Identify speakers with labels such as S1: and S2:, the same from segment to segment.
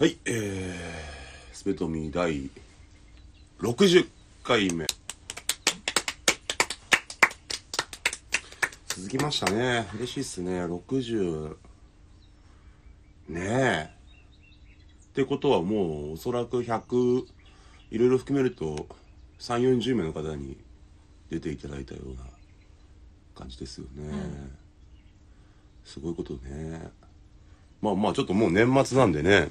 S1: はい、えー、スペトミー第60回目。続きましたね。嬉しいっすね。60。ねえ。ってことはもう、おそらく100、いろいろ含めると、3、40名の方に出ていただいたような感じですよね。すごいことね。まあまあちょっともう年末なんでね、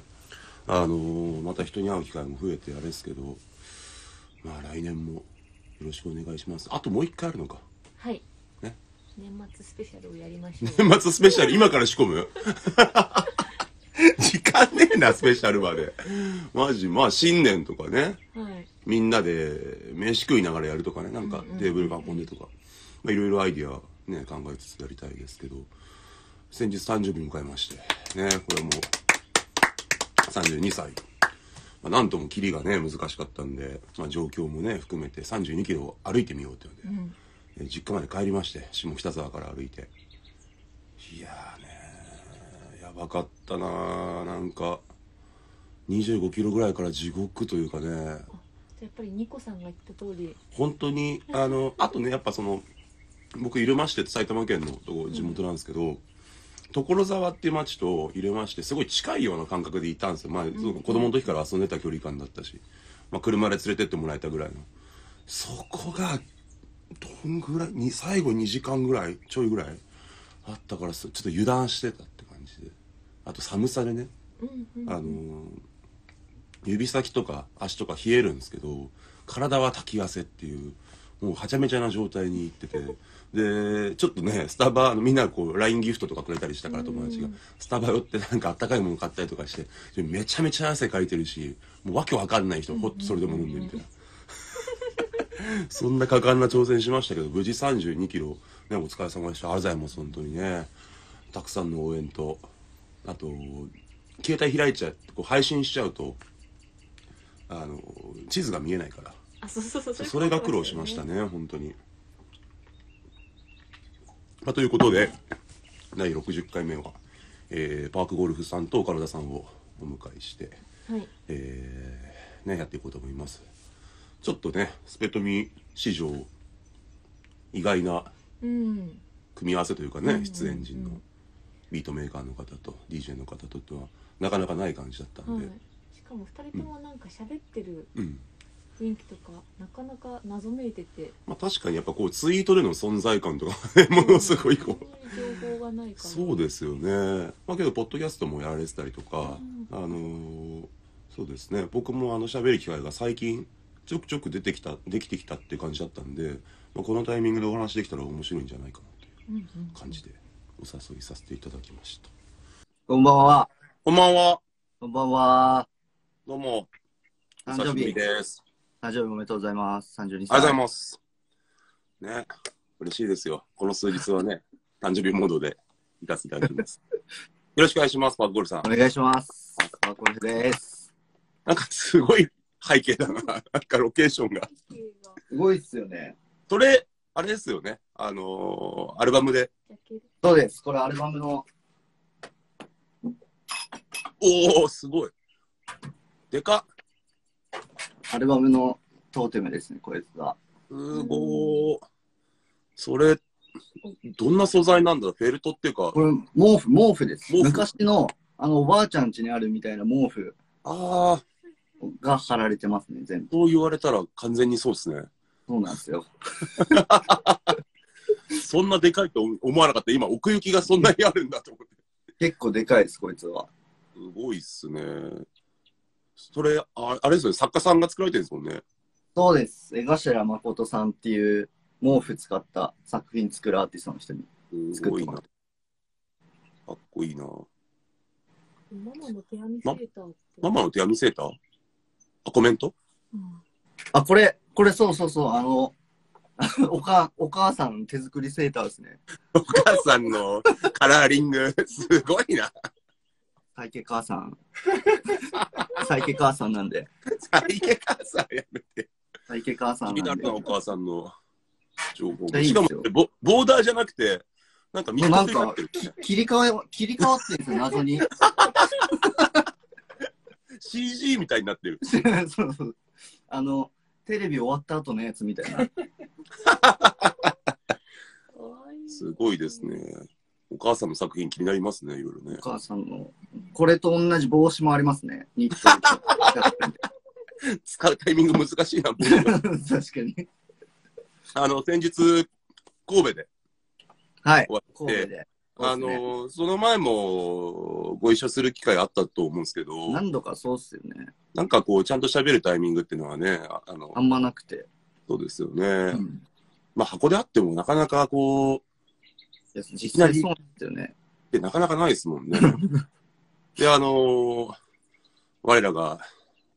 S1: あのーまた人に会う機会も増えてあれですけど、まあ来年もよろしくお願いします。あともう一回あるのか。
S2: はい
S1: ね
S2: 年末スペシャルをやりましょう
S1: 年末スペシャル、今から仕込む 時間ねえな、スペシャルまで。マジ、まあ新年とかね、
S2: はい
S1: みんなで飯食いながらやるとかね、なんか
S2: うんうん
S1: テーブル囲んでとか、まあいろいろアイディアね、考えつつやりたいですけど、先日誕生日迎えまして、ね、これも32歳。まあ、なんともキリがね、難しかったんで、まあ状況もね、含めて32キロ歩いてみようっていうんで、
S2: うん
S1: えー実家まで帰りまして下北沢から歩いていやーねーやばかったなーなんか2 5キロぐらいから地獄というかね
S2: じゃあやっぱりニコさんが言った通り
S1: 本当にあのあとねやっぱその僕入間市って埼玉県のとこ地元なんですけど、所沢っていう町と入間市ってすごい近いような感覚でいたんですよ、まあ、すごく子供の時から遊んでた距離感だったし、まあ、車で連れてってもらえたぐらいのそこがどんぐらいに最後2時間ぐらいちょいぐらいあったからすちょっと油断してたって感じであと寒さでね
S2: うんうん
S1: あのー指先とか足とか冷えるんですけど体は滝汗っていうもうはちゃめちゃな状態に行っててでちょっとねスタバあのみんなこう LINE ギフトとかくれたりしたから友達がスタバ寄ってなんかあったかいもの買ったりとかしてでめちゃめちゃ汗かいてるしもうわけわかんない人ほっとそれでも飲んでみたいな。 そんな果敢な挑戦しましたけど無事3 2キロ、ね、お疲れ様でしたありがとうございます本当にねたくさんの応援とあと携帯開いちゃってこう配信しちゃうとあの地図が見えないから
S2: あそうそうそう
S1: そうそれが苦労しました
S2: ね
S1: ね本当に、まあ、ということで第60回目は、えーパークゴルフさんと岡田さんをお迎えして
S2: はい
S1: えーね、やっていこうと思いますちょっとねスペトミ史上意外な
S2: うん
S1: 組み合わせというかね、
S2: うん
S1: 出演陣のビートメーカーの方と DJ の方とってはなかなかない感じだったん
S2: は
S1: で、
S2: いしかも二人ともなんか喋ってる
S1: うん
S2: 雰囲気とかなかなか謎めいてて
S1: まあ、確かにやっぱこうツイートでの存在感とかねものすごいこう
S2: 本当に情報がないから
S1: そうですよねまあけどポッドキャストもやられてたりとか、
S2: う
S1: あのーそうですね僕もあの喋る機会が最近ちょくちょく出てきたできてきたっていう感じだったんで、まあ、このタイミングでお話できたら面白いんじゃないかなとい
S2: うんうん
S1: う感じでお誘いさせていただきました
S3: こんばんは。
S1: こんばんは
S3: こんばんは。
S1: どうもお
S3: 誕
S1: 久
S3: 生
S1: しぶ
S3: 日
S1: り。です
S3: 誕生日おめでとうございます。32
S1: あ
S3: 歳。
S1: りがとうございますね嬉しいですよこの数日はね 誕生日モードでいかせていただきますよろしくお願いしますパークゴルさん
S3: お願いします。パーコルフです。
S1: なんかすごい背景だななんかロケーションが
S2: 風景が
S3: すごいっすよね。
S1: それ、あれですよね。あのーアルバムで。
S2: 焼ける
S3: そうです。これアルバムの、
S1: おお、すごい。でかっ
S3: アルバムのトーテムですね、こいつが。
S1: すごー。それ、どんな素材なんだフェルトっていうか。
S3: これ、毛布、毛布です。
S1: 毛布
S3: 昔の、あの、おばあちゃん家にあるみたいな毛布
S1: ああ、
S3: が貼られてますね、全部。
S1: そう言われたら完全にそうですね。
S3: そうなんですよ。
S1: そんなでかいと思わなかった。今、奥行きがそんなにあるんだと思って。
S3: 結構でかいです、こいつは。
S1: すごいっすね。それ、ああれですよね。作家さんが作られてるんですもんね。
S3: そうです。江頭誠さんっていう、毛布使った作品作るアーティストの人に。
S1: すごいな。
S3: 作っ
S1: かっこいいな。
S2: ママの手編みセーターって
S1: ママの手編みセーターあ、コメント
S2: うん
S3: あ、これ、これそうそうそう、あの、 おか、お母さんの手作りセーターですね。
S1: お母さんのカラーリング、すごい な。
S3: サイケ母 さん。サイケ母さんなんで。
S1: 最近母さんやめて。
S3: サイケ母さん
S1: 気に
S3: な
S1: なんる
S3: で
S1: な、。お母さんの情報
S3: い
S1: が。
S3: いん
S1: し
S3: です
S1: か
S3: よ
S1: もボ、ボーダーじゃなくて、なんか
S3: な
S1: 緑にな
S3: んか
S1: ってる。、
S3: 切り替え、切り替わってるんですよ、謎に。
S1: CG みたいになってる。
S3: そうそう。あの、テレビ終わった後のやつみたいな。
S2: かわいい。
S1: すごいですね。。お母さんの作品気になりますね、いろいろね
S3: お。母さんの。これと同じ帽子もありますね。ニット。
S1: 使うタイミング難しいな、僕
S3: 確かに。
S1: あの、先日、神戸で
S3: はい。
S1: 終わっ
S3: 神戸
S1: て、
S3: で。
S1: あ
S3: そうっ
S1: の、その前もご一緒する機会あったと思うんですけ
S3: す
S1: ど
S3: ね、何度かそうっすよね。
S1: なんかこう、ちゃんと喋るタイミングっていうのはね、ああの
S3: あ、んまなくて。
S1: そうですよね。
S3: うん
S1: まあ、箱であってもなかなかこう、
S3: いや実際そうなんですよね。
S1: ってなかなかないですも んね。で、あのー我らが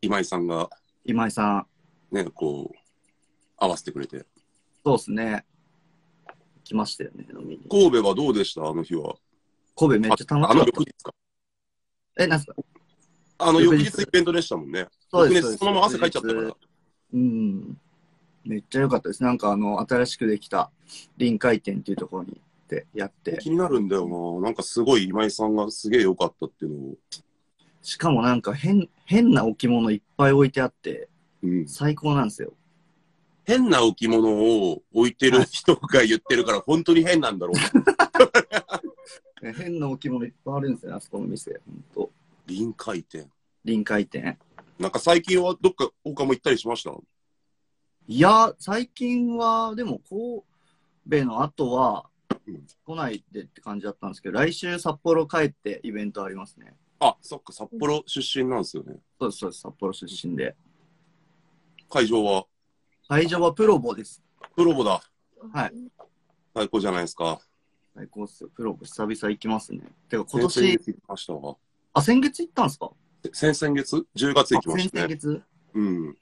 S1: 今井さんが
S3: 今井さん。
S1: ね、こう、合わせてくれて。
S3: そうっすね。来ましたよね、飲みに。
S1: 神戸はどうでしたあの日は。
S3: 神戸めっちゃ
S1: ああ
S3: 楽
S1: の
S3: しかっ
S1: 翌日か。
S3: た。え、なんすか
S1: あの翌
S3: 翌日
S1: 日イベントでしたもんね。
S3: そうです
S1: 翌日そのまま汗かいちゃったか
S3: 翌
S1: ら
S3: 日。うん。めっちゃ良かったです。なんかあの、新しくできた臨海店っていうところに行ってやって。
S1: 気になるんだよな。なんかすごい今井さんがすげえ良かったっていうのを。
S3: しかもなんか変、変な置物いっぱい置いてあって、
S1: うん、
S3: 最高なんですよ。
S1: 変な置物を置いてる人が言ってる から本当に変なんだろうな。
S3: ね変な置物いっぱいあるんですよね、あそこの店。ほんと。
S1: 臨界点。
S3: 臨海店。
S1: なんか最近はどっか他も行ったりしました
S3: いや、最近は、でも神戸の後は
S1: うん、
S3: 来ないでって感じだったんですけど、来週札幌帰ってイベントありますね。
S1: あ、そっか、札幌出身なんですよね。
S3: そうです、そうです。札幌出身で。
S1: 会場は
S3: 会場はプロボです。
S1: プロボだ。
S3: はい。
S1: 最高じゃないですか。
S3: 最高っすよ。プロボ久々行きますね。てか今年、
S1: 行きましたわ。
S3: あ、先月行ったんですか
S1: 先々月 ?10 月行きま
S3: 先
S1: した
S3: 々
S1: ね。
S3: 月
S1: うん。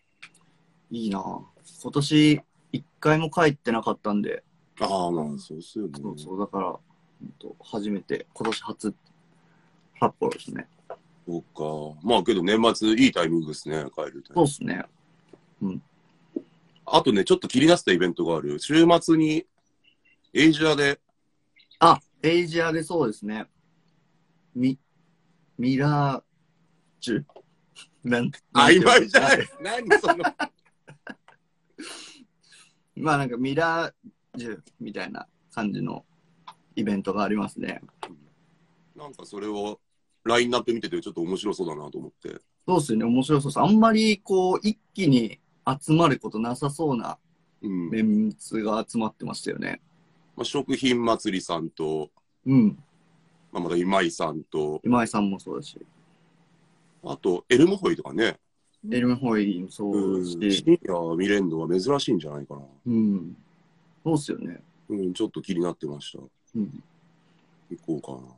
S3: いいなぁ今年、一回も帰ってなかったんで、
S1: ああ、まあ、そうっすよね。
S3: そうそう、だから、ほんと初めて、今年初、札幌ですね。
S1: そうか。まあ、けど年末いいタイミングですね、帰る
S3: そう
S1: と。
S3: っすね。
S1: あとね、ちょっと切り出したイベントがある。週末に、エイジアで、
S3: あ、エイジアでそうですね。ミ、ミラージュなんなんて
S1: 曖
S3: いうの
S1: 昧じゃない。何その、
S3: まあなんかミラージュみたいな感じのイベントがありますね。
S1: なんかそれを、ラインナップ見ててちょっと面白そうだなと思って。
S3: そうっすよね、面白そうです。あんまりこう、一気に集まることなさそうな
S1: うん。
S3: メンツが集まってましたよね。
S1: まあ、食品祭りさんと、
S3: うん。
S1: まあ、まだ今井さんと、
S3: 今井さんもそうだし、
S1: あと、エルムホイとかね、
S3: エルメホイもそうだし、
S1: 深夜見れるのは珍しいんじゃないかな。
S3: うん。そうっすよね。
S1: うん、ちょっと気になってました。
S3: うん。
S1: 行こうかな。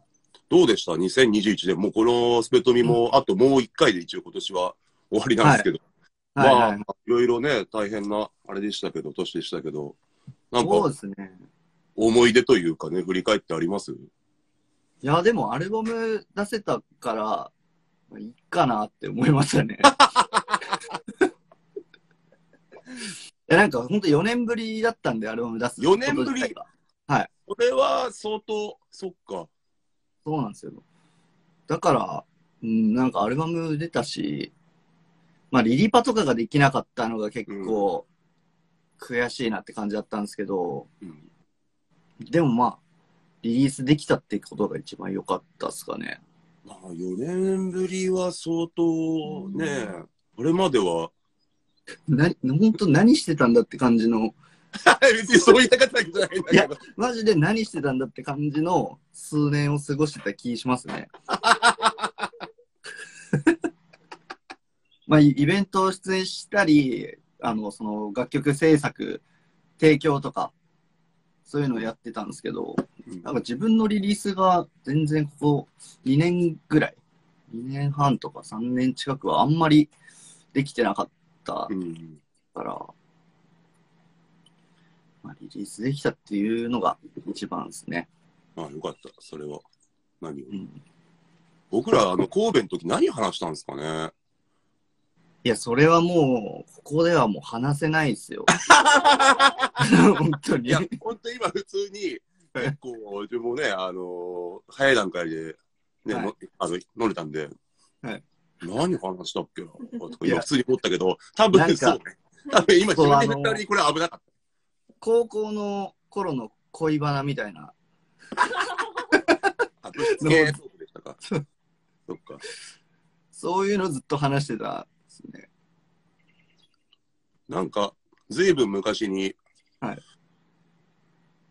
S1: どうでした ?2021 年、もうこのスペトミも、あともう1回で一応今年は終わりなんですけど、
S3: はいはい、
S1: まあ、いろいろね、大変なあれでしたけど、年でしたけど、なん
S3: そう
S1: か
S3: ですね。
S1: 思い出というかね、振り返ってあります
S3: いや、でもアルバム出せたから、まあいいかなって思いまし たね。いやなんか本当4年ぶりだったんで、アルバム出す。
S1: 4年ぶり
S3: こと自体が
S1: これは相当、そっか。
S3: そうなんですよ。だから、うん、なんかアルバム出たし、まあリリパとかができなかったのが結構悔しいなって感じだったんですけど、
S1: うん、
S3: でもまあ、リリースできたってことが一番良かったっすかね。
S1: まあ、4年ぶりは相当ね、
S2: う
S1: これまでは、
S3: な、本当何してたんだって感じの
S1: 別にそういった方じゃないんだ
S3: いやマジで何してたんだって感じの数年を過ごしてた気しますね。 まあ、イイベントを出演したり、あの、その楽曲制作、提供とか、そういうのをやってたんですけど、
S1: うん
S3: なんか自分のリリースが全然ここ2年ぐらい、2年半とか3年近くはあんまりできてなかった
S1: うん
S3: から、まあ、リリースできたっていうのが一番ですね。
S1: あよかった、それは。何を
S3: うん、
S1: 僕ら、あの、神戸の時何話したんですかね
S3: いや、それはもう、ここではもう話せないです よ。本当
S1: い
S3: に。
S1: や
S3: は、
S1: 本当今普通に、結構、自分もね、あのー早い段階で、ね、
S3: はい
S1: のあの、乗れたんで、
S3: はい
S1: 何この話だっけなとか
S3: い
S1: 今
S3: や
S1: 普通に思ったけど、多分そうね。多分今
S3: そう
S1: 自
S3: あ
S1: 分で振
S3: の
S1: った割にこれ危なかっ
S3: 高校の頃の恋バナみたいな、
S1: た。あぶしつけトークで したか。そっか。
S3: そういうのずっと話してたですね。
S1: なんか、ずいぶん昔に、
S3: はい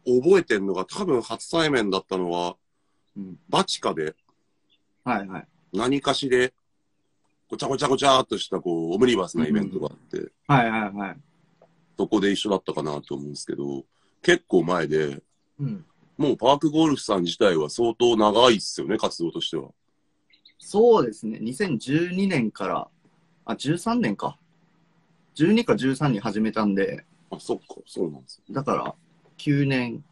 S1: 覚えてんのが、多分初対面だったのは、
S3: うん
S1: バチカで、
S3: はいはい。
S1: 何かしで、ごちゃごちゃごちゃっとした、こう、オムニバスなイベントがあって、
S3: はいはいはい。
S1: そこで一緒だったかなと思うんですけど、結構前で、
S3: うん、
S1: もうパークゴルフさん自体は相当長いっすよね、活動としては。
S3: そうですね、2012年から、あ、13年か。12か13に始めたんで、
S1: あ、そっか、そうなんですよ。
S3: だから、9年、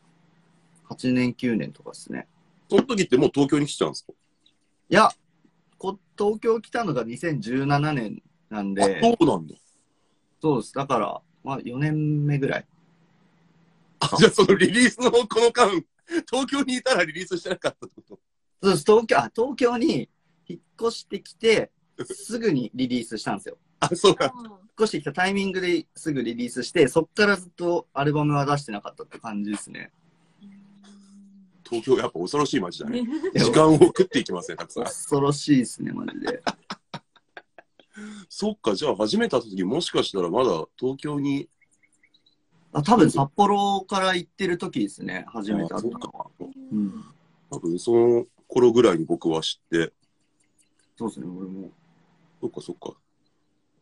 S3: 8年、9年とかですね。
S1: その時ってもう東京に来てたんですか、
S3: いや、こ東京来たのが2017年なんで
S1: あ、、そうなんだ。
S3: そうです。だから、まあ4年目ぐらい。
S1: あ、じゃあそのリリースのこの間、東京にいたらリリースしてなかったってこ
S3: そうです。東京、あ、東京に引っ越してきて、すぐにリリースしたんですよ。
S1: とあ、そうなんだ。
S3: 引っ越してきたタイミングですぐリリースして、そっからずっとアルバムは出してなかったって感じですね。
S1: 東京やっぱ恐ろしい街だね。
S3: いや
S1: 時間を食っていきますね、たくさん。
S3: 恐ろしいですね、マジで。
S1: そっか、じゃあ始めた時もしかしたらまだ東京に、
S3: あ多分札幌から行ってる時ですね、初めて会ったのは。うん。
S1: 多分その頃ぐらいに僕は知って、
S3: そうですね、俺も。
S1: そっかそっか。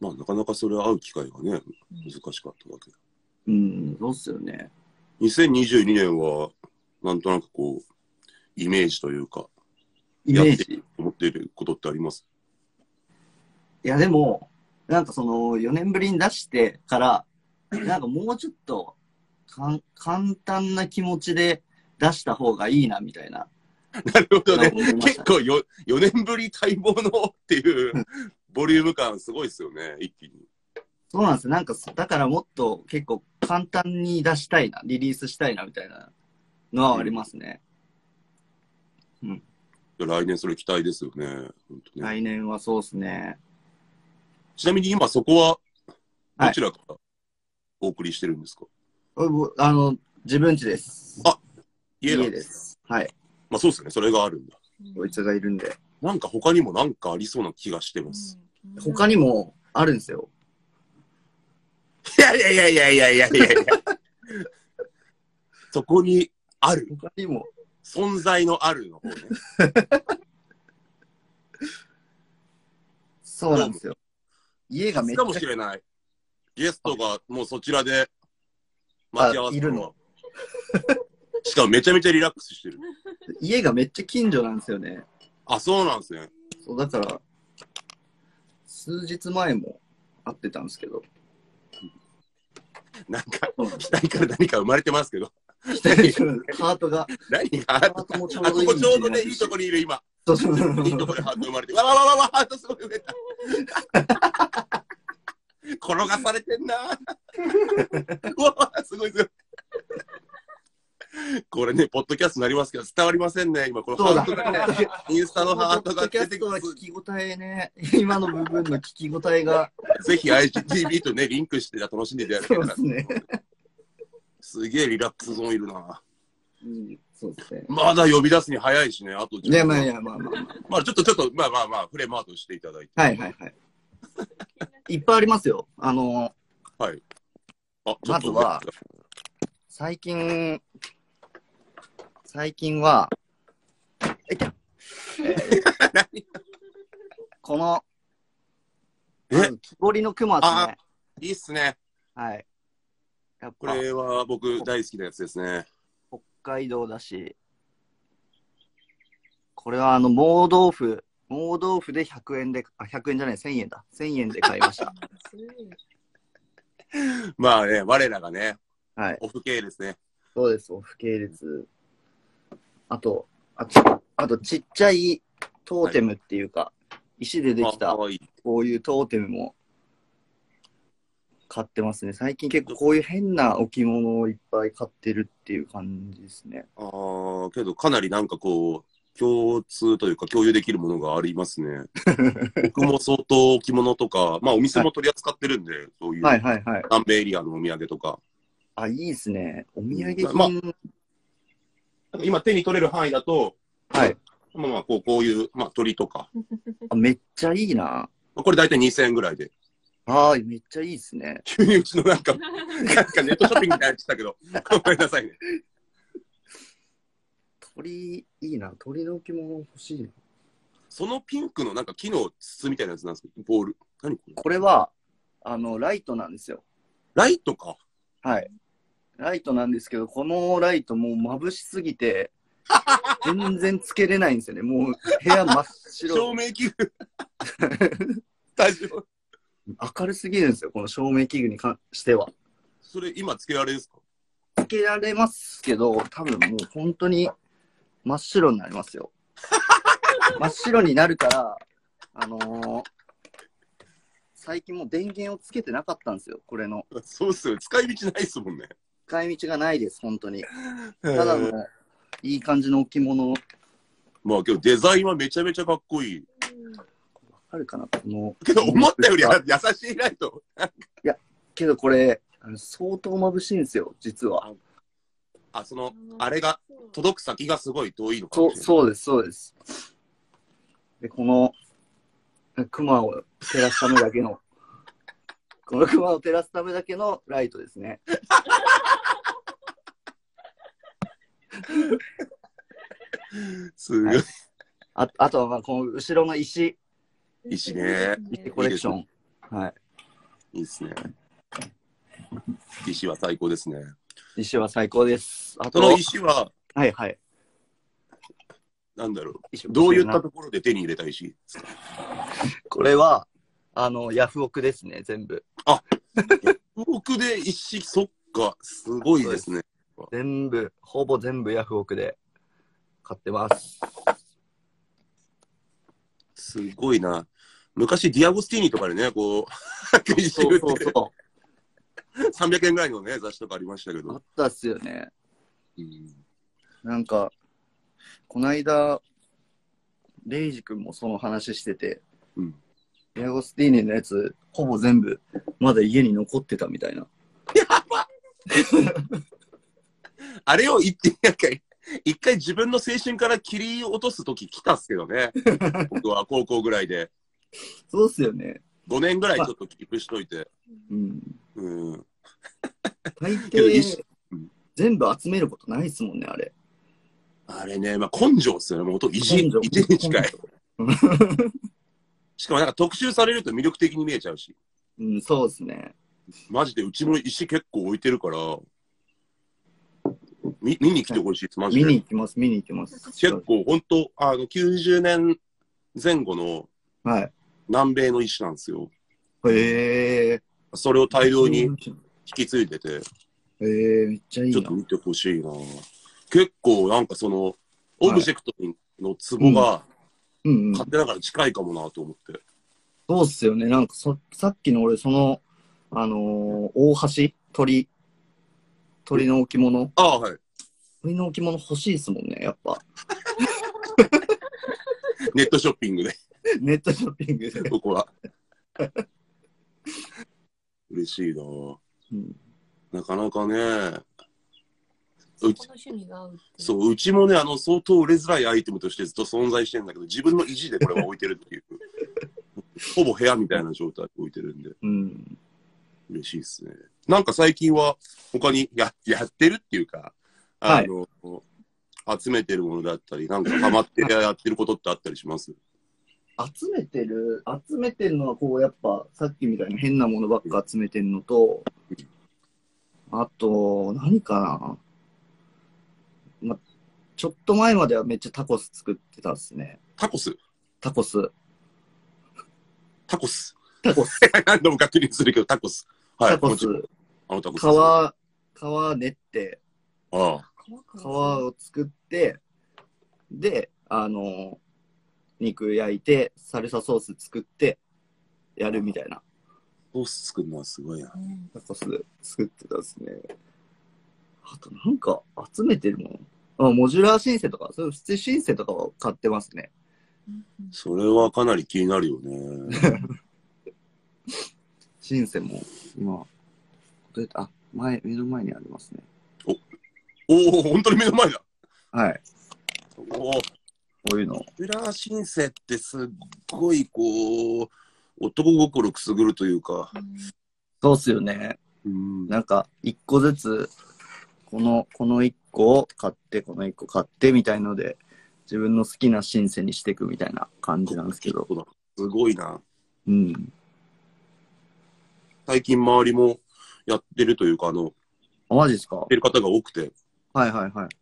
S1: まあなかなかそれ会う機会がね、難しかったわけ。
S3: うん、そうっすよね。
S1: 2022年は、なんとなくこう、イメージというか、
S3: イメージ。い
S1: 思っていることってあります
S3: や、でも、なんかその、4年ぶりに出してから、なんかもうちょっと、かん簡単な気持ちで出した方がいいな、みたいな。
S1: なるほどね
S3: なんか思い。まし
S1: 結
S3: た
S1: 構よ4年ぶり待望のっていうボリューム感すごいですよね、一気に。
S3: そうなんですよなんかそ、だからもっと結構簡単に出したいな、リリースしたいな、みたいなのはありますね。
S1: いや来年それ期待ですよね。本当ね
S3: 来年はそうっすね。
S1: ちなみに今そこは、
S3: はい
S1: どちらからお送りしてるんですか、
S3: あぼあの、自分家です。
S1: あ家なん
S3: 家
S1: で。
S3: ですす。はい。
S1: まあそうですね、それがあるんだ。
S3: こいつがいるんで。
S1: なんか他にもなんかありそうな気がしてます。
S3: 他にもあるんですよ。
S1: いやいやいやいやいやいやいやそこにある。
S3: 他にも。
S1: 存在のあるの方ね。
S3: そうなんですよ。家がめっ
S1: かもし
S3: ちゃ、
S1: れない。ゲストがもうそちらで待ち合わせ
S3: あいるの。
S1: しかもめちゃめちゃリラックスしてる。
S3: 家がめっちゃ近所なんですよね。
S1: あ、そうなんですね。
S3: そう、だから、数日前も会ってたんですけど、
S1: なんか、期待から何か生まれてますけど。
S3: ハートが、
S1: 何があ
S3: ハ
S1: る
S3: ートもちょう
S1: あ、
S3: どい
S1: ここ
S3: い位
S1: ちょう
S3: 置
S1: ど
S3: にな
S1: ね、
S3: るし。
S1: いいとこにいる今。
S3: そうそうそう
S1: いいとこでハート生まれて。わわわわわ、ハートすごい増えた。転がされてんな。うわわ、すごいすごい。これね、ポッドキャストになりますけど、伝わりませんね、今、この
S3: そう
S1: ハ
S3: だ
S1: ートがね、インスタのハートが出
S3: ポッドキャ
S1: て
S3: スト
S1: く
S3: の
S1: る。
S3: 聞き応えね、今の部分の聞き応えが、
S1: ぜひ IGTV とね、リンクして楽しんでいただけ
S3: そ
S1: た
S3: う
S1: ら
S3: で。すね。
S1: すげえリラックスゾーンいるな。
S3: うんそうですね。
S1: まだ呼び出すに早いしね、あと
S3: いや、まあいや、まあまあま
S1: まあちょっとちょっと、まあまあまあ、フレームアウトしていただいて。
S3: あ。はいはいはい。いっぱいありますよ。あの、
S1: はい。あ、ちょ
S3: ま
S1: っ
S3: ず
S1: と、
S3: は最近、最近は、えいたえー この、
S1: え
S3: まず木彫りの熊ですね。
S1: いいっすね。
S3: はい。やっ
S1: こ
S3: ぱ
S1: れは僕大好きなやつですね。
S3: 北海道だし、これはあの、盲豆腐、盲豆腐で100円で、あ、100円じゃない、1000円だ。1000円で買い ました。
S1: まあね、我らがね、
S3: はい。
S1: オフ系ですね。
S3: そうです、オフ系列。あと、あちあとちっちゃいトーテムっていうか、石ででき
S1: あ
S3: た
S1: か、わいい。
S3: こういうトーテムも買ってますね。最近結構こういう変な置物をいっぱい買ってるっていう感じですね。
S1: ああ、けどかなりなんかこう、共通というか共有できるものがありますね。 僕も相当着物とか、まあお店も取り扱ってるんで、そういう
S3: はいはいはい。
S1: 南米エリアのお土産とか。
S3: あ、いいですね。お土産品、
S1: まなんか今手に取れる範囲だと、
S3: はい
S1: まあまあこうこういう、まあ、鳥とか、
S3: あ、めっちゃいいな。
S1: まあこれ大体2000円ぐらいで。
S3: あーめっちゃいいですね。
S1: 急にうちのなん か、なんかネットショッピングみたいになってたけど、ごめんなさいね。
S3: 鳥、いいな。鳥の置物欲しい。
S1: そのピンクのなんか木の筒みたいなやつなんですけど、ボール。何これ
S3: これは、あの、ライトなんですよ。
S1: ライトか。
S3: はい。ライトなんですけど、このライトもう眩しすぎ て、全然つけれないんですよね。もう部屋真っ
S1: 照
S3: 白。
S1: 明器具。スタジオ。
S3: 明るすぎるんですよ、この照明器具に関しては。
S1: それ今つけられるんですか
S3: つけられますけど、多分もう本当に真っ白になりま すよ。真っ白になるから、あのー最近もう電源をつけてなかったんですよ、これの。
S1: そうっすよね。使い道ないっすもんね。
S3: 使い道がないです、本当に。
S1: た
S3: ただの、いい感じの置物、わ
S1: まあけどデザインはめちゃめちゃかっこいい。
S3: かるかな、この。
S1: けど思ったよりや優しいライト。
S3: けどこれ、あの相当眩しいんですよ、実は。
S1: あ、その、あれが届く先がすごい遠いのか
S3: そ
S1: もし
S3: う、
S1: れない。
S3: そうです、そうです。で、この、熊を照らすためだけの、 この熊を照らすためだけのライトですね。
S1: すご。
S3: はいああとは、まあ、この後ろの石、
S1: 石ね
S3: 石コレクション。はい
S1: いですね。石は最高ですね。
S3: い。石は最高です。あ
S1: そ
S3: と、
S1: の石は、
S3: はいはい。
S1: なんだろう。
S3: 石
S1: どういったところで手に入れた石ですか
S3: これは、あの、ヤフオクですね、全部。
S1: 僕で石、そっか、すごいですね。
S3: 全部、ほぼ全部ヤフオクで買ってます。
S1: すごいな。昔、ディアゴスティーニとかでね、こう、 石
S3: そう
S1: 売
S3: そう
S1: って
S3: そう。
S1: 300円ぐらいのね、雑誌とかありましたけ
S3: あ
S1: ど
S3: っ。たっすよね。
S1: うん
S3: なんか、こないだ、レイジ君もその話してて、
S1: うん
S3: ディアゴスティーニのやつ、ほぼ全部、まだ家に残ってたみたいな。
S1: あれを言って、なんか、一回自分の青春から切り落とす時来たっすけど ね。僕は高校ぐらいで。
S3: そうっすよね。
S1: 5年ぐらいちょっとキープしといて。
S3: うん。
S1: うん。
S3: 大
S1: けど一
S3: 抵
S1: うん、
S3: 全部集めることないっすもんね、あれ。
S1: あれね、まあ根性っすよね。もう本当、意地、
S3: 根性
S1: 意地に近い。
S3: 根
S1: しかもなんか特集されると魅力的に見えちゃうし。
S3: うん、そうっすね。
S1: マジでうちも石結構置いてるから、み見に来てほしいです、マジ
S3: 見
S1: で。
S3: に行きます、見に行きます。
S1: 結構、本当あの、90年前後の
S3: はい。
S1: 南米の石なんですよ。
S3: へえ。
S1: それを大量に引き継いでて、
S3: へえ、めっちゃいい
S1: ちょ
S3: な
S1: っと。見てほしいな結構なんかその、オブジェクトのツボが
S3: うん、うん。
S1: 勝手ながら近いかもなと思って。
S3: そうっすよね。なんかそ、さっきの俺、その、あのー大橋、鳥、鳥の置物、
S1: ああ、はい。
S3: 鳥の置物欲しいっすもんね、やっぱ。
S1: ネットショッピングで、
S3: ネットショッピング で。
S1: ここは。嬉しいな
S3: うん
S1: なかなかね、
S2: そこの趣味が合うってい
S1: そう、うちもね、あの、相当売れづらいアイテムとしてずっと存在してるんだけど、自分の意地でこれは置いてるっていう。 ほぼ部屋みたいな状態で置いてるんで、
S3: うん。
S1: 嬉しいですね。なんか最近は、他にややってるっていうか、あの、集めてるものだったり、なんかハマってやってることってあったりします
S3: 集めてる、集めてるのは、こう、やっぱ、さっきみたいな変なものばっか集めてるのと、あと、何かな。ま、ちょっと前まではめっちゃタコス作ってたっすね。
S1: タコス
S3: タコス。
S1: タコス
S3: タコス。
S1: 何度も確認するけど、タコス。はい、
S3: タコ
S1: もち
S3: ス
S1: ろん。あのタコス。あ
S3: 皮、皮練って、
S1: あ。
S2: う皮
S3: 皮を作って、で、あの肉焼いて、サルサソース作って、やるみたいな、
S1: ソース作るのはすごいな。
S2: うん
S3: タコス作ってたですね。あとなんか集めてるもん。あモジュラーシンセとか、そういう普通シンセとかを買ってますね。
S1: それはかなり気になるよね。
S3: シンセも、今、どうやってあ、前、目の前にありますね。
S1: おお、本当に目の前だ。
S3: はい。
S1: おお、モ
S3: こういうの。
S1: ジュラーシンセってすっごいこう、男心くすぐるというか。
S3: そうっすよね。
S1: うん
S3: なんか、一個ずつ、この、この一個を買って、この一個買ってみたいので、自分の好きなシンセにしていくみたいな感じなんですけど。
S1: すごいな。
S3: うん。
S1: 最近周りもやってるというか、あの、や
S3: あ、マジですかは
S1: ってる方が多くて、
S3: いはいはい。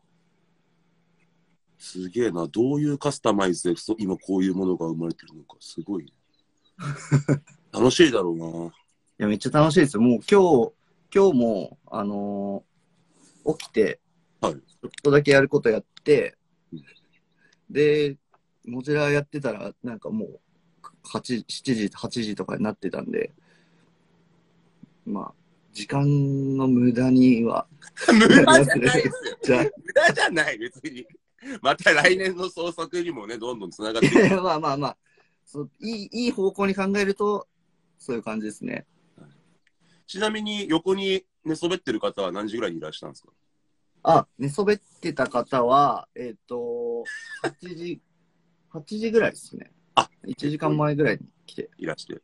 S1: すげえな、どういうカスタマイズでそう今こういうものが生まれてるのか、すご いね。楽しいだろう
S3: いや、めっちゃ楽しいですよ。もう今日、今日も、あのー起きて、
S1: はい
S3: ちょっとだけやることやって
S1: うん、
S3: で、モジュラーやってたら、なんかもう、8、7時、8時とかになってたんで、まあ、時間の無駄には、
S1: な。無
S3: 駄じゃないです
S1: よ。
S3: じゃ
S1: 無駄じゃない、別に。また来年の創作にもね、どんどんつながっていく
S3: あ、まあまあまあそういい、いい方向に考えると、そういう感じですね。
S1: ちなみに横に寝そべってる方は何時ぐらいにいらっしゃったんですか
S3: あ、寝そべってた方は、えっ、と、8時、8時ぐらいですね。
S1: あ、
S3: 1時間前ぐらいに来て。
S1: いらして。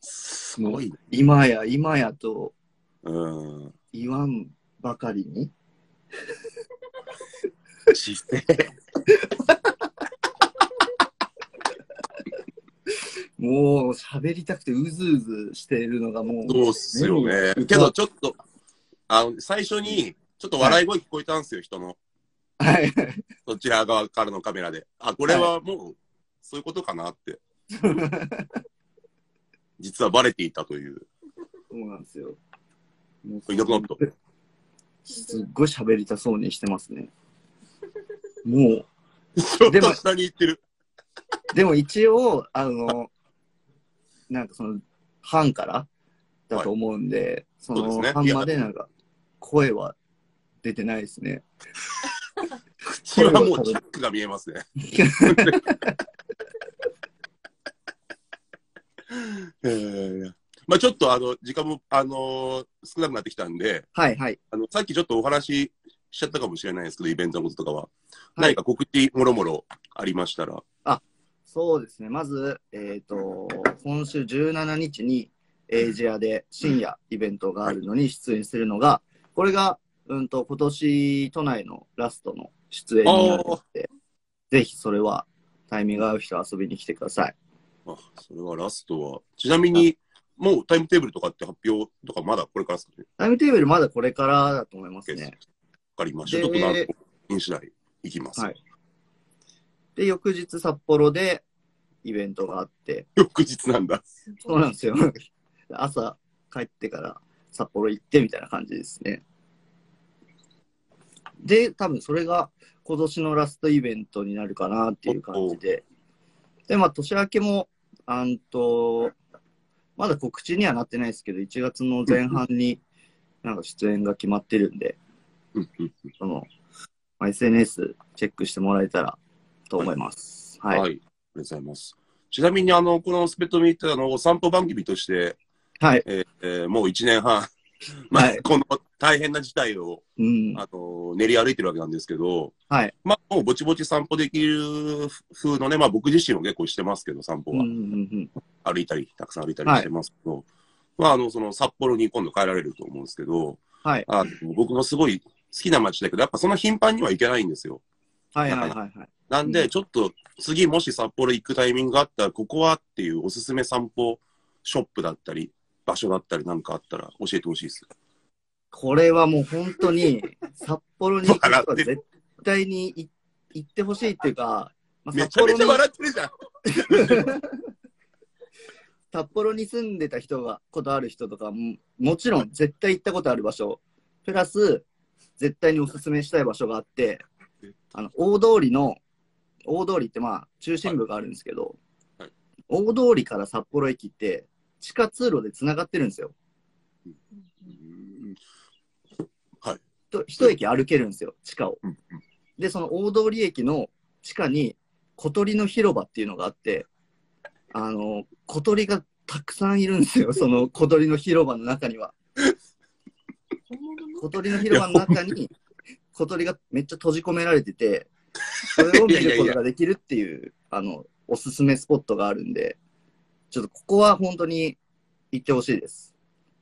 S1: すごいね。
S3: 今や、今やと
S1: うん。
S3: 言わんばかりに。
S1: 姿勢。
S3: もう喋りたくてうずうずしているのがもう。
S1: そうっすよね。けどちょっと、あの、最初に、ちょっと笑い声聞こえたんですよ、人の。
S3: はい。
S1: そちら側からのカメラで。あ、これはもう、そういうことかなって。実はバレていたという。
S3: そうなんですよ。も
S1: いなくなった。
S3: すっごい喋りたそうにしてますね。もう、
S1: ちょっ
S3: で
S1: と
S3: も
S1: 下に行ってる。
S3: でも一応、あの、なんかその、班からだと思うんで、そ
S1: そうです
S3: の
S1: ね
S3: 班までなんか、声は出てないですね。
S1: これはもうチャックが見え ますね。えーまあちょっとあの、時間も、あのー少なくなってきたんで、
S3: はいはい。
S1: あの、さっきちょっとお話ししちゃったかもしれないですけど、イベントのこととかは。
S3: い
S1: 何か告知もろもろありましたら。
S3: そうですね。まず、えっ、と、今週17日に、エイジアで深夜イベントがあるのに出演するのが、これが、うんと、今年都内のラストの出演になるので、ぜひそれは、タイミング合う人は遊びに来てください。
S1: あ、それはラストは。ちなみに、もうタイムテーブルとかって発表とかまだこれからですかね。
S3: タイムテーブルまだこれからだと思いますね。
S1: わかりました。ち
S3: で
S1: ょっとなんと、品次第いきます。
S3: はいで、翌日札幌でイベントがあって、
S1: 翌日なんだ。
S3: そうなんですよ。 朝帰ってから札幌行ってみたいな感じですね。で、多分それが今年のラストイベントになるかなっていう感じで。で、まあ年明けも、あんと、まだ告知にはなってないですけど、1月の前半になんか出演が決まってるんで、
S1: うんうん
S3: その、まあ、SNS チェックしてもらえたらと思います。は。
S1: はいい。あ
S3: はい。
S1: りがとうございます。ちなみに、あの、このスペットミーターのお散歩番組として、えーえーもう1年半、 まあ、
S3: はい
S1: この大変な事態を、
S3: うん。
S1: あの、練り歩いてるわけなんですけど、
S3: はい。
S1: まあ、もうぼちぼち散歩できる風のね、まあ、僕自身も結構してますけど、散歩
S3: うんう
S1: は。
S3: んうん
S1: 歩いたり、たくさん歩いたりしてますけど、まあ、あの、その、札幌に今度帰られると思うんですけど、
S3: はい
S1: あの僕もすごい好きな街だけど、やっぱその頻繁には行けないんですよ。
S3: はいはいはいはい。
S1: なん
S3: う
S1: で、
S3: ん
S1: ちょっと次もし札幌行くタイミングがあったら、ここはっていうおすすめ散歩ショップだったり、場所だったりなんかあったら教えてほしいです。
S3: これはもう本 当に、札幌に行く人は絶対にい行ってほしいっていうか、まあ、
S1: め
S3: 札
S1: ちゃ
S3: 幌
S1: め
S3: に
S1: ちゃ笑ってるじゃん。
S3: 札幌に住んでた人が、ことある人とかも、もちろん絶対行ったことある場所、プラス、絶対におすすめしたい場所があって、あの大通りの、大通りってまあ、中心部があるんですけど、
S1: はい
S3: 大通りから札幌駅って、地下通路でつながってるんですよ。
S1: うん
S3: と一駅歩けるんですよ、地下を
S1: うん。
S3: で、その大通駅の地下に小鳥の広場っていうのがあって、あの、小鳥がたくさんいるんで すよ、その小鳥の広場の中には。
S2: 本物の
S3: 小鳥の広場の中に小鳥がめっちゃ閉じ込められてて、それを見ることができるっていう、あの、おすすめスポットがあるんで、ちょっとここは本当に行ってほしいです。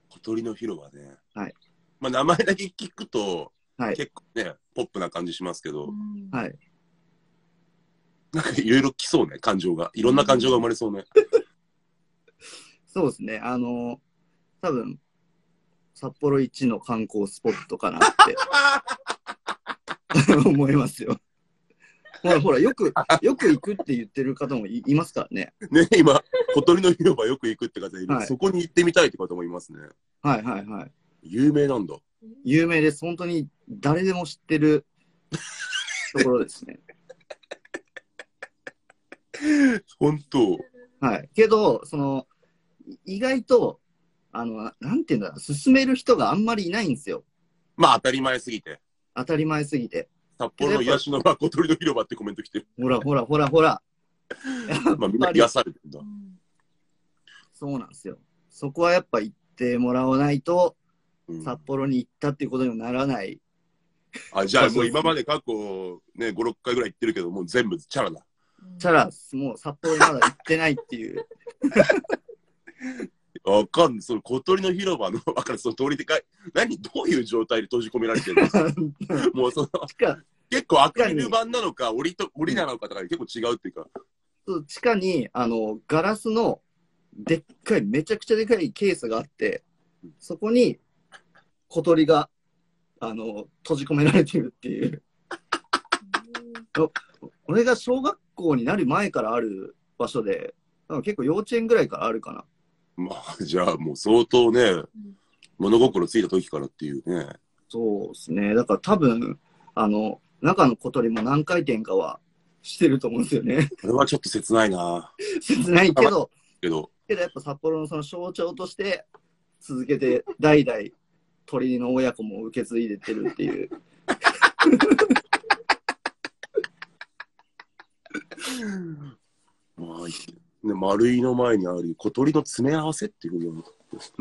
S1: 小鳥の広場ね。
S3: はい。
S1: まあ、名前だけ聞くと、
S3: はい
S1: 結構ね、ポップな感じしますけど、
S2: うん
S3: はい
S1: なんかいろいろ来そうね、感情が。いろんな感情が生まれそうね。
S3: そうですね、あの、多分札幌一の観光スポットかなっ
S1: あ
S3: て 思いますよ。ほら、ほら、よく、よく行くって言ってる方もいいますからね。
S1: ーね、今、小鳥の広場よく行くって方いる、
S3: はい
S1: そこに行ってみたいって方もいますね。
S3: はいはいはい。
S1: 有名なんだ。
S3: 有名です。本当に誰でも知ってるところですね。
S1: 本当。
S3: はい。けど、その、い意外と、あの、なんていうんだろう、進める人があんまりいないんですよ。
S1: まあ、当たり前すぎて。
S3: 当たり前すぎて。
S1: 札幌の癒しの場、小鳥の広場ってコメント来てる。
S3: ほらほらほらほら。やっぱり
S1: まあ、みんな癒されてんだ
S2: う。ん
S3: そうなんですよ。そこはやっぱ行ってもらわないと、
S1: うん
S3: 札幌に行ったっていうことにもならない。
S1: あじゃあ、もう今まで過去、ね、5、6回ぐらい行ってるけど、もう全部チャラだ。
S2: うん
S3: たら、もう札幌にまだ行ってないっていう。
S1: わかんない。その小鳥の広場の、わかる、その通りでかい。何、どういう状態で閉じ込められてるのもうその、
S3: 地下、
S1: 結構アクリル板なのか、檻と、檻なのかとかで結構違うっていうか。
S3: そう地下に、あの、ガラスの、でっかい、めちゃくちゃでかいケースがあって、そこに小鳥が、あの、閉じ込められてるっていう。俺が小学校になる前からある場所で、多分結構幼稚園ぐらいからあるかな。
S1: まあ、じゃあもう相当ね、物心ついた時からっていうね。
S3: そうですね。だから多分、あの、中の小鳥も何回転かはしてると思うんですよね。
S1: これはちょっと切ないな
S3: 切ないけど、
S1: けど、
S3: けどやっぱ札幌のその象徴として続けて代々鳥の親子も受け継いでってるっていう。
S1: まあ、ね、丸いの前にある小鳥の詰め合わせっていうのも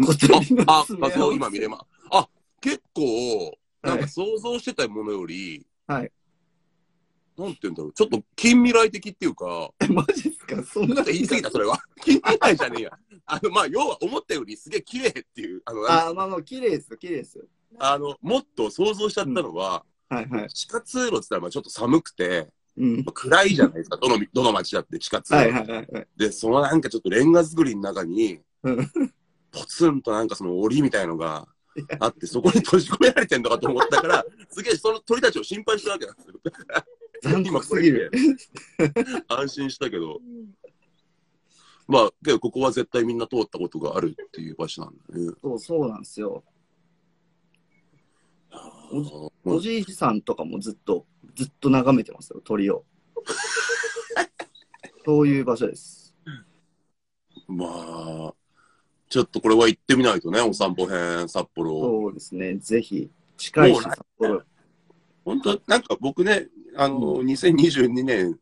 S3: 小鳥の
S1: あ、あ
S3: 爪
S1: 画像
S3: を
S1: 今見れます。あ、結構、なん
S3: は
S1: か
S3: い
S1: 想像してたものより、
S3: はい
S1: なんて言うんだろう、ちょっと近未来的っていうか、
S3: マジっすかそん
S1: な
S3: なん
S1: か言い過ぎた、それ は。近未来じゃねえや。あの、まあ、要は思ったよりすげえ綺麗っていう、あの、あ
S3: あ、まあまあ、綺麗ですよ、綺麗ですよ。
S1: の、もっと想像しちゃったのは、
S3: はいはい。
S1: 地下通路って言ったらまあちょっと寒くて、
S3: うん
S1: まあ。暗いじゃないですか、どの、どの街だって地下通路。
S3: はいはいはいはい。
S1: で、そのなんかちょっとレンガ造りの中に
S3: うん、
S1: ポツンとなんかその檻みたいのがあって、そこに閉じ込められてんのかと思ったから、すげえその鳥たちを心配したわけなんですよ。
S3: 残酷すぎる。
S1: 安心したけど
S2: う、ん
S1: まあ、けどここは絶対みんな通ったことがあるっていう場所なんだね。
S3: そうそうなんですよ。
S1: あー
S3: おじいさんとかもずっと、ずっと眺めてますよ、鳥を。そういう場所です。
S1: まあ、ちょっとこれは行ってみないとね、お散歩編、札幌。
S3: そうですね、ぜひ。近いし、
S1: そう
S3: 札幌。
S1: 本当なんか僕ね、あの、2022年、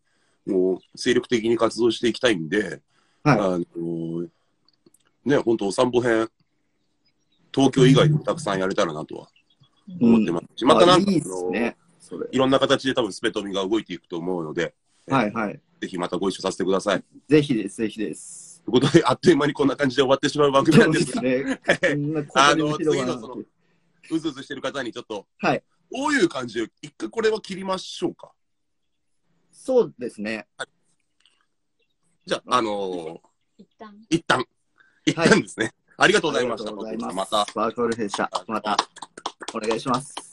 S1: もう精力的に活動していきたいんで、
S3: はい
S1: あの、ね、本当お散歩編、東京以外でもたくさんやれたらなとは
S3: うん
S1: 思ってますし、またなんか、
S3: あいいですね。それ
S1: あのいろんな形で多分スペトミが動いていくと思うので、
S3: はいはい。
S1: ぜひまたご一緒させてください。
S3: ぜひです、ぜひです。
S1: ということで、あっという間にこんな感じで終わってしまう番組
S3: そ
S1: な
S3: うんで
S1: です
S3: す
S1: が、
S3: ね。こんな
S1: あ
S3: 小
S1: の
S3: 鳥広
S1: 次
S3: 場なん
S1: のそ
S3: て
S1: のうずうずしてる方にちょっと、
S3: はい
S1: どういう感じで、一回これは切りましょうか。
S3: そうですね。
S1: じゃあ、あの
S2: 一旦。
S1: ー一旦、一
S3: はい
S1: 旦ですね。ありが
S3: あ
S1: とうございました。
S3: りがとうございます
S1: また。
S3: バーコルフでした。また、お願いします。